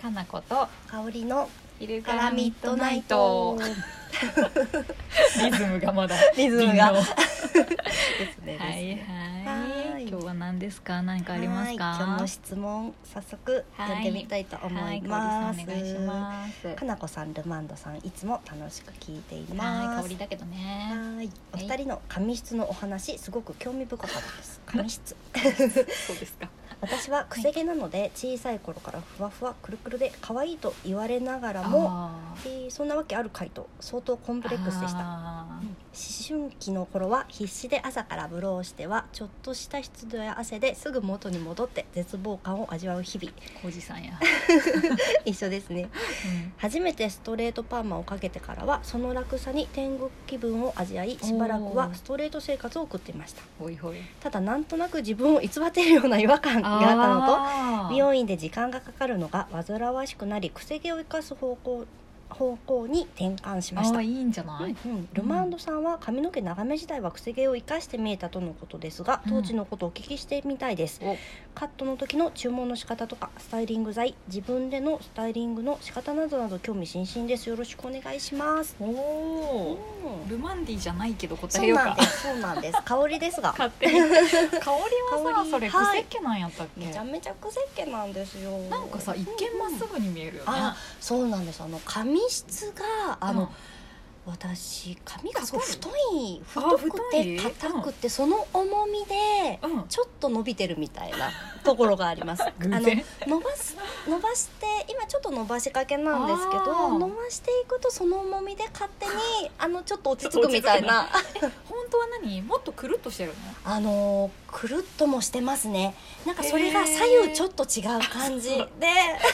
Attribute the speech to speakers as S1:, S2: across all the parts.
S1: かなこと
S2: 香りの
S1: 昼
S2: カ
S1: から
S2: ラ
S1: ミ
S2: ミ
S1: ッ
S2: ッ
S1: ド
S2: ド
S1: ナ
S2: ナ
S1: イ
S2: イ
S1: ト
S2: ト
S1: リズムがまだ
S2: リズムが
S1: 微妙
S2: ですね
S1: はいはい
S2: はい
S1: 今日は何ですか何かありますか
S2: はい今日の質問早速
S1: はい
S2: やってみたいと思います。
S1: はい、香織さんお願いします
S2: かなこさんルマンドさんいつも楽しく聞いてい
S1: は
S2: ま
S1: い香
S2: す
S1: り。だけど
S2: は
S1: ね
S2: ーいお二人の髪質のお話すごく興味深かった です。髪質
S1: そうですか
S2: 私はくせ毛なので小さい頃からふわふわくるくるで可愛いと言われながらも、
S1: あー
S2: えーそんなわけある回と相当コンプレックスでした。
S1: あ
S2: 思春期の頃は必死で朝からブローをしてはちょっとした湿度や汗ですぐ元に戻って絶望感を味わう日々
S1: ー浩二さん や、
S2: 一緒ですね
S1: うん
S2: 初めてストレートパーマをかけてからはその楽さに天国気分を味わいしばらくはストレート生活を送っていました
S1: ほいほい
S2: ただなんとなく自分を偽っているような違和感があったのと
S1: あー
S2: 美容院で時間がかかるのが煩わしくなりくせ毛を生かす方向方向に転換しました
S1: あーいいんじゃない、
S2: うんうん、ルマンドさんは髪の毛長め時代はくせ毛を生かして見えたとのことですが
S1: うん
S2: 当時のことをお聞きしてみたいです、
S1: お
S2: カットの時の注文の仕方とかスタイリング剤自分でのスタイリングの仕方などなど興味津々ですよろしくお願いします、
S1: お
S2: うん
S1: お、ルマンディじゃないけど
S2: そ
S1: 答え
S2: う
S1: よう
S2: なん
S1: か
S2: ですそうなんです香りですが
S1: 勝手 に香りは
S2: 香
S1: さ
S2: り
S1: それ
S2: は
S1: 癖
S2: い
S1: っ気なんやったっけ、
S2: めちゃめちゃくせ毛なんですよ
S1: なんかさ一見まっすぐに見えるよね、
S2: あそうなんですあの髪質があの、
S1: うん
S2: 私髪がすごい太い
S1: 太い
S2: 太く
S1: あ太い
S2: て硬くて、その重みで
S1: うん
S2: ちょっと伸びてるみたいなところがありますあ
S1: 偶
S2: の
S1: 然
S2: 伸ばす伸ばして今ちょっと伸ばしかけなんですけ
S1: あー
S2: ど伸ばしていくとその重みで勝 手にあのちょっと落ち着くみたいな
S1: 本当は何もっとくるっとしてるの
S2: あのくるっともしてますねなんかそれ
S1: へー
S2: が左右ちょっと違う感じで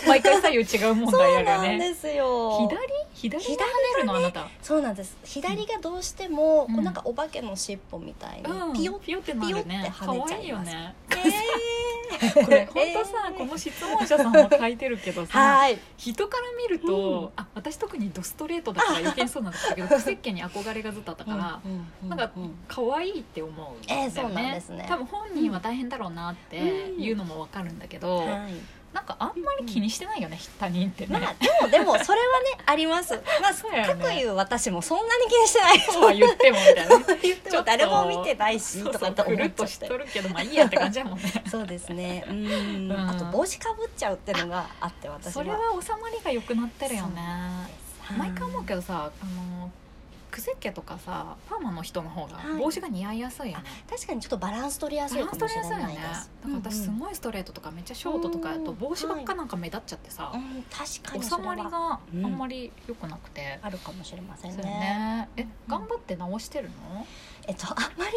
S1: 毎回左右違う問
S2: そう
S1: 題あ
S2: な
S1: るよ
S2: ん
S1: ね
S2: ですよ
S1: 左左に跳ねるのあなた
S2: そうなんです左がどうしても、
S1: うん
S2: こうなんかお化けの尻尾みたいに、
S1: うん
S2: ピヨッ
S1: ピヨってなるね
S2: ピヨって跳ねち
S1: 可
S2: ゃ
S1: 愛い
S2: い
S1: よ
S2: ます
S1: ね
S2: て、
S1: これ本当さ、この質問者さんも書いてるけどさ
S2: はい
S1: 人から見ると、あ私特にドストレートだから 余計そうなんだけど不石家に憧れがずっとあったから、なんか可愛いって思うんだよね,、
S2: えーそうなんですね
S1: 多分本人は大変だろうなっていうのもわかるんだけど、
S2: はい
S1: なんかあんまり気にしてないよね、他人ってね、
S2: まあでもでもそれはねあ りますまあ
S1: そうや
S2: か
S1: よね
S2: くいう私もそんなに気にしてない
S1: そうは言ってもみたいな
S2: と言って
S1: ちょっ
S2: も
S1: と
S2: 誰も見てないし
S1: そう
S2: と
S1: そ
S2: か
S1: う
S2: って
S1: く
S2: 思
S1: るっ
S2: っちゃ
S1: と
S2: っ
S1: してとるけどまあいいやって感じやもんね
S2: そうですねうん
S1: うん
S2: あと帽子かぶっちゃうってのがあって 私は
S1: それは収まりが良くなってるよね
S2: はい
S1: 毎回思うけどさあのクセっ気とかさパーマの人の方が
S2: はい
S1: 帽子が似合いやすいよね、
S2: 確かにちょっとバランス取りやす
S1: バ
S2: い
S1: ラ
S2: か
S1: ンス
S2: も
S1: 取
S2: し
S1: り
S2: れ
S1: やすいよ
S2: な
S1: ね
S2: い
S1: だ
S2: で
S1: か
S2: す
S1: ら私す
S2: うんうん
S1: ごいストレートとかめっちゃショートとかやと
S2: うん
S1: 帽子ばっかなんか目立っちゃってさ、
S2: うん確かに
S1: 収
S2: それ
S1: まり
S2: は
S1: があ
S2: うん
S1: んまり良くなくて、
S2: あるかもしれませ
S1: そ
S2: ん
S1: うよ
S2: ね
S1: ねえ
S2: ん
S1: 頑張って直してるの
S2: えっと、あまり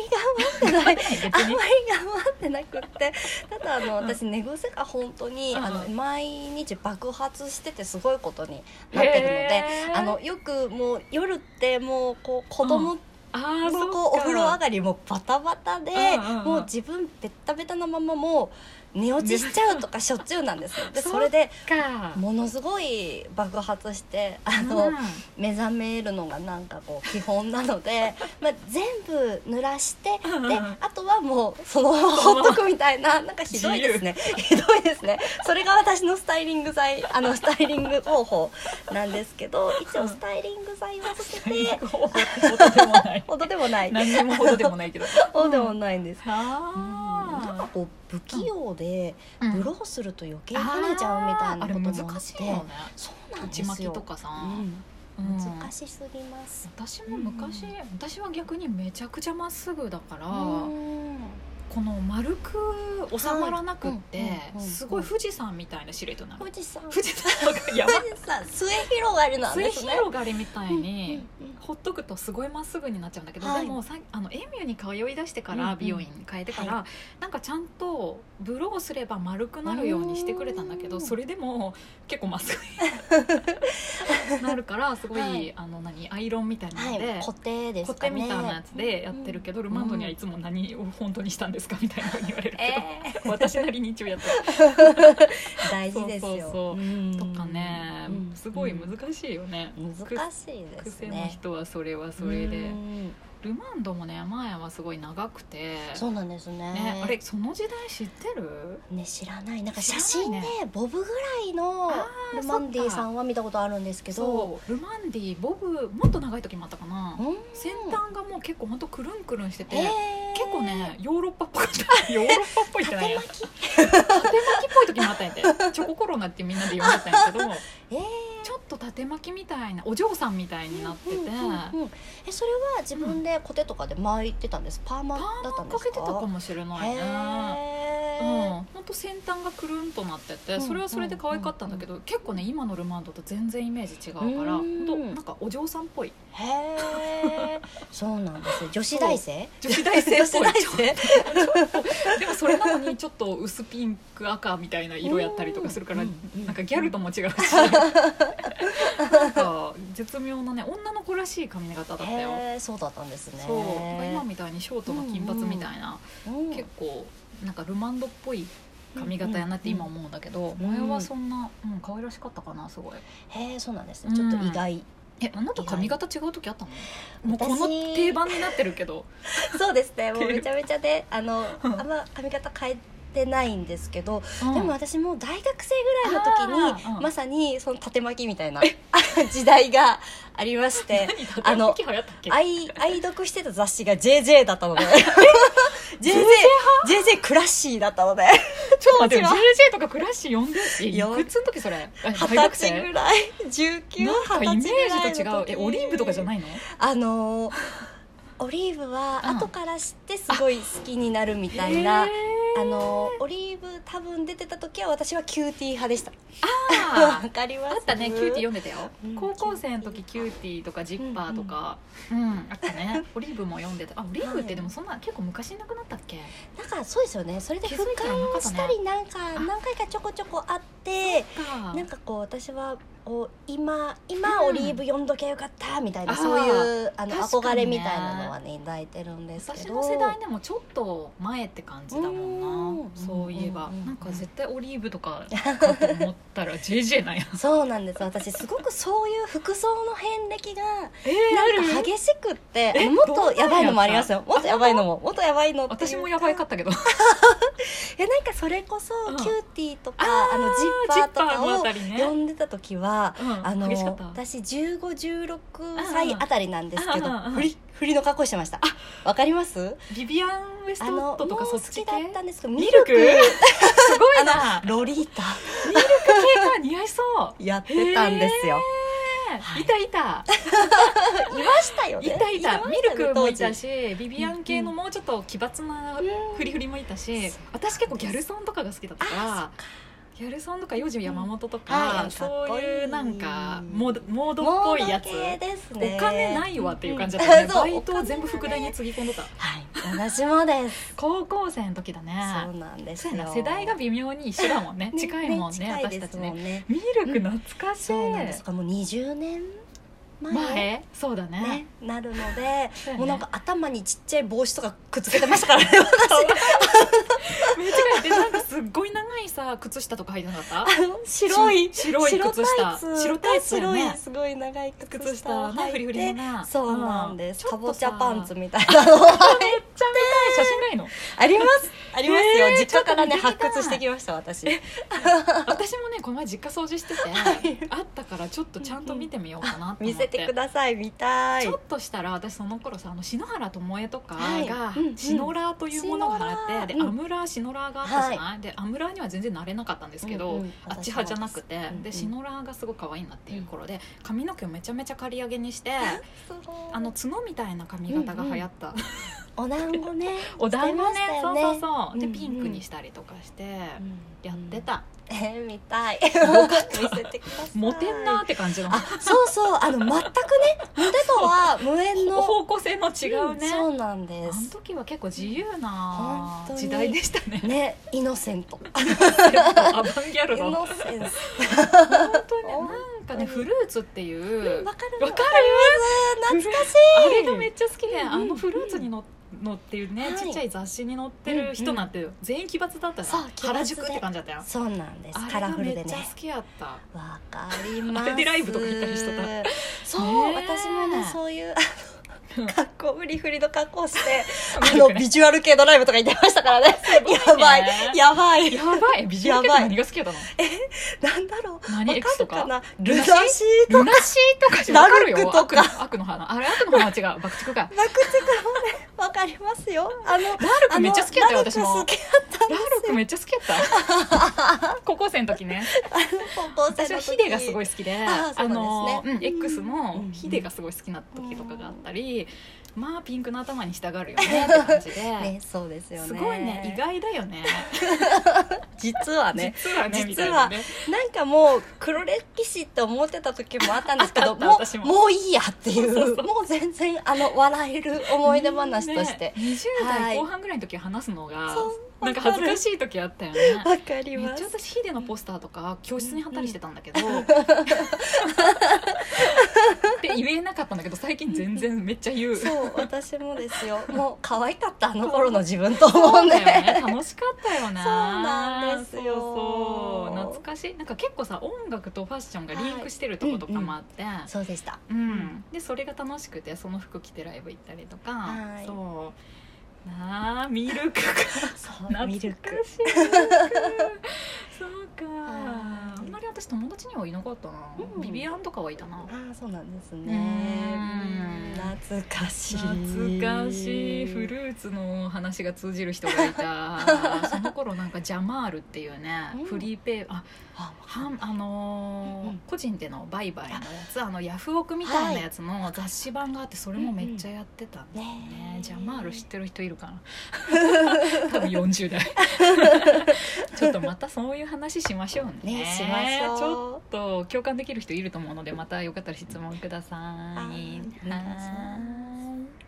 S2: 頑張ってない
S1: 別
S2: あんまり
S1: に
S2: 頑張ってなくってただあの
S1: うん
S2: 私寝癖が本当に、
S1: うんうん
S2: あの毎日爆発しててすごいことになってるので、
S1: へー
S2: あのよくもう夜ってもうこう子供の
S1: あーそっか
S2: こうお風呂上がりもバタバタで、
S1: うんうんうん
S2: もう自分ベッタベタなままもう寝落ちしちゃうとかしょっちゅうなんですよで
S1: そう
S2: それで
S1: か
S2: ものすごい爆発してあ
S1: うん
S2: の、目覚めるのがなんかこう基本なの で、まあ、全部濡らしてで
S1: うんうん
S2: あとはもうそのままほっとくみたい ななんかひどいですねひどいですねそれが私のスタイリング剤あのスタイリング方法なんですけど一応スタイリング剤は捨てて
S1: ほどでも ない
S2: ほどでもない
S1: 何にもほどでもないけど
S2: ほどでもないんです。うんなんか
S1: あ
S2: こう不器用で
S1: ー
S2: ブローすると余計跳ねちゃうみたいなこともあって
S1: あれ難しいよね
S2: そうなんです
S1: 内
S2: よ
S1: 巻きとかさ、
S2: う
S1: うん
S2: ん、難しすぎます、
S1: 私も昔、
S2: うん
S1: 私は逆にめちゃくちゃまっすぐだから、
S2: うん
S1: この丸く収まらなくって、
S2: はいうんうんうん
S1: すごい富士山みたいなシルエットになる
S2: 富士山
S1: 富士山が
S2: 富
S1: 山
S2: 士山末広がりなん
S1: 末
S2: ですね
S1: 広がりみたいに、
S2: うんうんうん
S1: ほっとくとすごいまっすぐになっちゃうんだけど、
S2: はい
S1: でもさあのエミューに通い出してか
S2: うん
S1: ら
S2: うん
S1: 美容院に変えてから、なんかちゃんとブローすれば丸くなるようにしてくれたんだけど
S2: うん
S1: それでも結構まっすぐになる からすごい、
S2: はい
S1: あの何アイロンみたいなので、
S2: はい、固定です
S1: コ
S2: か
S1: テ
S2: ね
S1: みたいなやつでやってるけど、ルマンドにはいつも何を本当にしたんですかみたいなふうに言われるけど、
S2: え
S1: 私なりに一応やってる
S2: ー、大事ですよ
S1: そうそうそう
S2: うん
S1: とかね、
S2: うん
S1: すごい
S2: うん
S1: 難しいよね、
S2: 難しいで
S1: 癖
S2: す
S1: の
S2: ね
S1: 人はそれはそれで。
S2: うん
S1: ルマンドもね前はすごい長くて
S2: そうなんですね
S1: ね、あれその時代知ってる
S2: ね知らないなんか
S1: 知ら
S2: 写
S1: ない
S2: 真ね
S1: ね
S2: ボブぐらいの
S1: あー
S2: ルマンディさんは見たことあるんですけど
S1: そうルマンディボブもっと長い時もあったかな
S2: うん
S1: 先端がもう結構ほんとくるんくるんしてて、
S2: へー
S1: 結構ねヨーロッパっぽかったヨーロッパっぽいってないや縦巻きっぽい時もあったんやてチョココロナってみんなで呼んでたんやけど
S2: えー
S1: ちょっと縦巻きみたいなお嬢さんみたいになってて、
S2: うんうんうんえそれは自分でコテとかで巻いてたんですパーマ
S1: パ
S2: だった
S1: ーマ
S2: んで
S1: か
S2: す
S1: け
S2: か
S1: てたかもしれないね
S2: へ
S1: うん、
S2: ー
S1: ほんと先端がくるんとなってて
S2: うん
S1: それはそれで可愛かったんだけど、結構ね今のルマンドと全然イメージ違うから
S2: う
S1: ほ
S2: ん
S1: んとなんかお嬢さんっぽい
S2: へえそうなんですよ女子大生
S1: 女子大生っぽい
S2: 女子大生
S1: でもそれなのにちょっと薄ピンク赤みたいな色やったりとかするから、
S2: うんうん
S1: なんかギャルとも違うしなんか絶妙なね女の子らしい髪型だったよ、
S2: へえそうだったんですね
S1: そうなんか今みたいにショートの金髪みたいな、
S2: うん
S1: 結構なんかルマンドっぽい髪型やなって今思うんだけど、
S2: うんうん
S1: 前はそんな、うん、可愛らしかったかなすごい
S2: へえそうなんです
S1: う
S2: ね
S1: ん
S2: ちょっと意外
S1: えあなた髪型違う時あったのもう
S2: 私
S1: この定番になってるけ ど
S2: そうですねもう
S1: っていう
S2: めちゃめちゃであのあん
S1: ん
S2: ま髪型変えてないんですけど、
S1: うん
S2: でも私もう大学生ぐらいの時に
S1: あーうん
S2: まさにその縦巻きみたいな 時代がありま して
S1: 何
S2: あの
S1: 時流行ったっけ
S2: 愛愛読してた雑誌が JJ だ ったので JJ, JJ クラッシーだったので
S1: ちょっと待って
S2: 当時
S1: JJ
S2: は
S1: とかクラッシュ呼んでえい
S2: よ
S1: くつの時それあ大
S2: 二
S1: 学
S2: 十歳
S1: 生
S2: ぐらい1920歳ぐ
S1: なんからイ
S2: いの
S1: メ
S2: 時
S1: ージと違うえオリーブとかじゃないの
S2: あのーオリーブは
S1: うん
S2: 後から知ってすごい好きになるみたいな、
S1: へー
S2: あのーオリーブ多分出てた時は私はキューティー派でした
S1: あ
S2: わ
S1: ー
S2: かりま す
S1: あったねキューティー読んでたよ
S2: うん
S1: 高校生の時キューティーとかジッパーとかうんあったねオリーブも読んでたあオリーブっ
S2: はい
S1: てでもそんな結構昔いなくなったっけ
S2: なんかそうですよねそれで
S1: 気
S2: 復
S1: づいたらなか
S2: 刊
S1: った
S2: し
S1: ね
S2: たりなんか
S1: あ
S2: 何回かちょこちょこあって
S1: か
S2: なんかこう私はこう今今
S1: うん
S2: オリーブ読んどきゃよかったみたいな、
S1: あー
S2: そういうあの
S1: 確か
S2: 憧
S1: にね
S2: れみたいなのはね抱いてるんですけ
S1: 私
S2: ど
S1: の世代でもちょっと前って感じだもん
S2: うん
S1: なそういえば
S2: うん
S1: なんか絶対オリーブとかかと思ったら JJ なんや
S2: そうなんです私すごくそういう服装の遍歴が
S1: え
S2: なんか激しくってあのもっとやばいのもありますよもっとやばいのももっとやばいのってい う
S1: 私もやばいかったけど
S2: いやなんかそれこそ、
S1: うん
S2: キューティーとかあのジッパーとかを
S1: ジッパーのあたりね
S2: 読んでた時は、
S1: うん
S2: あの
S1: 激しかった
S2: 私1516歳あたりなんですけど
S1: うんうんうんうん
S2: ふりふりの格好してましたわかります
S1: ビビアン・ウェス
S2: あ
S1: トウ
S2: の
S1: ッドとか
S2: も
S1: そうっ
S2: 好
S1: ち系
S2: きだったんですけどミ
S1: ミ
S2: ル
S1: ルク
S2: ク
S1: すごいな
S2: ロリータ
S1: ミルク系が似合いそう
S2: やってたんですよ、
S1: ね
S2: はい
S1: いたいた
S2: いましたよね
S1: いたいた
S2: ま
S1: ミ
S2: し
S1: ル
S2: ね
S1: クもいた
S2: 当時
S1: しビビアン系のもうちょっと奇抜なフリフリもいたし私結構ギャルソンとかが好きだったからギャルソンとか四十山本と
S2: うん
S1: か、
S2: はい
S1: そういうなんかモードモード
S2: モ
S1: っぽ
S2: ー
S1: いや
S2: ド
S1: つ、
S2: 系ですね
S1: お金ないわっていう感じだったね、
S2: うん
S1: バ
S2: そう
S1: イトを全部
S2: お金
S1: 副
S2: がね
S1: 題につぎ込んでた
S2: はい私もです
S1: 高校生の時だね
S2: そうなんです
S1: そうや
S2: よ
S1: な世代が微妙に一緒だもんね近いもんね
S2: 近い
S1: 私
S2: で
S1: たち
S2: すも
S1: ね
S2: んね
S1: ミルク懐かしい、
S2: そうなんですかもう20年前
S1: 前そうだね
S2: ね、なるので、
S1: そうやね
S2: もうなんか頭にちっちゃい帽子とかくっつけてましたから ね私
S1: 間違えてなんかすっごい長いさ靴下とか履いてなかった
S2: あの白い
S1: し白い靴下
S2: 白
S1: 白
S2: タ
S1: タ
S2: イ
S1: イ
S2: ツ
S1: ツ
S2: 白
S1: や
S2: い
S1: ね
S2: すごい長い靴
S1: 靴
S2: 下を
S1: 下
S2: 履い
S1: ね
S2: て
S1: フリフリのね
S2: そうなんです、
S1: うん
S2: かぼち
S1: ちょ
S2: ゃ
S1: っと
S2: パ
S1: さ
S2: ンツみたいなのを
S1: めっちゃ見たい写真がいいの
S2: ありますありますよ、
S1: えー
S2: 実家からね
S1: ちょっ
S2: 発
S1: と見てみたい
S2: 掘してきました私
S1: 私もねこの前実家掃除してて、あったからちょっとちゃんと見てみようかなと思
S2: 見
S1: って
S2: せてください見たい
S1: ちょっとしたら私その頃さあの篠原智恵とかが
S2: はいうんうん
S1: シノラーというものがあって、
S2: シノ
S1: で
S2: ラーうん
S1: アムラーシノラーがあったじゃない、でアムラーには全然なれなかったんですけど、
S2: うんうん
S1: あっち派じゃなくて、
S2: うんうん
S1: でシノラーがすごい可愛いなっていう頃で髪の毛をめちゃめちゃ刈り上げに して、
S2: すごい
S1: あの角みたいな髪型が流行った、
S2: お団子ね
S1: お団子ね
S2: してましたよ
S1: そう
S2: ね
S1: そうそう、
S2: うん
S1: でピンクにしたりとかして やってた、
S2: え ー、見たい 見せてください
S1: モテんなーって感じの
S2: あそうそうあの全くねモテとは無縁の
S1: 方向性の違うね、
S2: んそうなんで
S1: あの
S2: す
S1: 時は結構自由な
S2: 本当に
S1: 時代でしたね
S2: ねイノセント
S1: アバンギャ
S2: イ
S1: ルの
S2: ノセンス
S1: 本当にな
S2: 本
S1: んか
S2: 当に
S1: ねフルーツっていううんわ
S2: わ
S1: か
S2: かる
S1: る
S2: 懐かしい
S1: あれがめっちゃ好きで
S2: うん
S1: あのフルーツにののっていう
S2: は
S1: ね
S2: い
S1: ちっちゃい雑誌に載ってる人なんて全員奇抜だったじ
S2: そ
S1: ゃ
S2: うん奇抜で
S1: 原宿って感じだったよ
S2: そうなんです
S1: あ
S2: カ
S1: れ
S2: ラ
S1: が
S2: フル
S1: め
S2: で
S1: っちゃ
S2: ね
S1: 好きやった
S2: わかります
S1: あれでライブとか行ったりしてた
S2: そう、
S1: ねえ
S2: 私もねそういうあの格好フリフリの格好をして
S1: 見
S2: あ
S1: る
S2: の
S1: くね
S2: ビジュアル系ドライブとか行ってましたからねやばいやばい
S1: やばいビジュアル系
S2: やばい
S1: 何が好きだったの
S2: なんだろうわ
S1: 何エクス
S2: か
S1: と
S2: る
S1: か
S2: かなル
S1: ル
S2: ナ
S1: ナ
S2: シ
S1: シ
S2: ーと
S1: ル
S2: か
S1: ナシーとかじゃわかるよ
S2: ラルクとか
S1: 悪の悪の花あれ悪の花は違う爆竹か
S2: なくちかもねわかりますよあのラ
S1: ルクめっちゃ好きだったよ私も
S2: ラルク好きだったんで
S1: ラルクめっちゃ好きやった 高校生の時ね
S2: すよ高校生
S1: 私
S2: の
S1: は
S2: 時
S1: ヒデがすごい好きで
S2: あ
S1: あ
S2: ーそうな
S1: の
S2: ん
S1: う
S2: です
S1: ん
S2: ね
S1: X の
S2: うん
S1: ヒデがすごい好きな時とかがあったりまあピンクの頭に従うよねって感じで、
S2: ねそう ですよね
S1: すごいね意外だよね
S2: 実 はね
S1: 実はねみ
S2: 実
S1: たい
S2: は
S1: なね
S2: なんかもう黒歴史って思ってた時もあったんですけ
S1: あ
S2: ど
S1: った
S2: も
S1: あった私
S2: う
S1: も
S2: もういいやっていうもう全然あの笑える思い出話として
S1: ね、20代後半ぐらいの時話すのがなんか恥ずかしい時あったよね
S2: いわかり
S1: め
S2: ま
S1: っちゃ
S2: す
S1: 私ヒデのポスターとか教室に貼ったりしてたんだけど、 って言えなかったんだけど最近全然めっちゃ言う
S2: そう私もですよもう可愛かったあの頃の自分と思うんで
S1: だよね楽しかったよな
S2: そうなんですよ
S1: そうそう懐かしいなんか結構さ音楽とファッションがリンクしてるとことかもあって、
S2: そうでした
S1: うん、でそれが楽しくてその服着てライブ行ったりとか、
S2: はい
S1: そうなあミルクか
S2: そうミルク
S1: 懐かしいミルク そうか
S2: は
S1: あ
S2: い
S1: んまり私友達にはいなかったな、
S2: うん
S1: ビビアンとかはいたな
S2: ああそうなんですね
S1: う
S2: うん懐かしい
S1: 懐かしいフルーツの話が通じる人がい たその頃なんかジャマールっていうね、
S2: うん
S1: フリーペーあ
S2: あ
S1: はんあのー
S2: うんうん
S1: 個人での売買のやつあのヤフオクみたいなやつの雑誌版があってそれもめっちゃやってたんだよね、
S2: ねえ
S1: ジャマール知ってる人いるかな 多分40代 ちょっとまたそういう話しましょうね
S2: ねしまし
S1: ちょっ
S2: ょう
S1: と共感できる人いると思うのでまたよかったら質問ください
S2: はいお願いします
S1: はい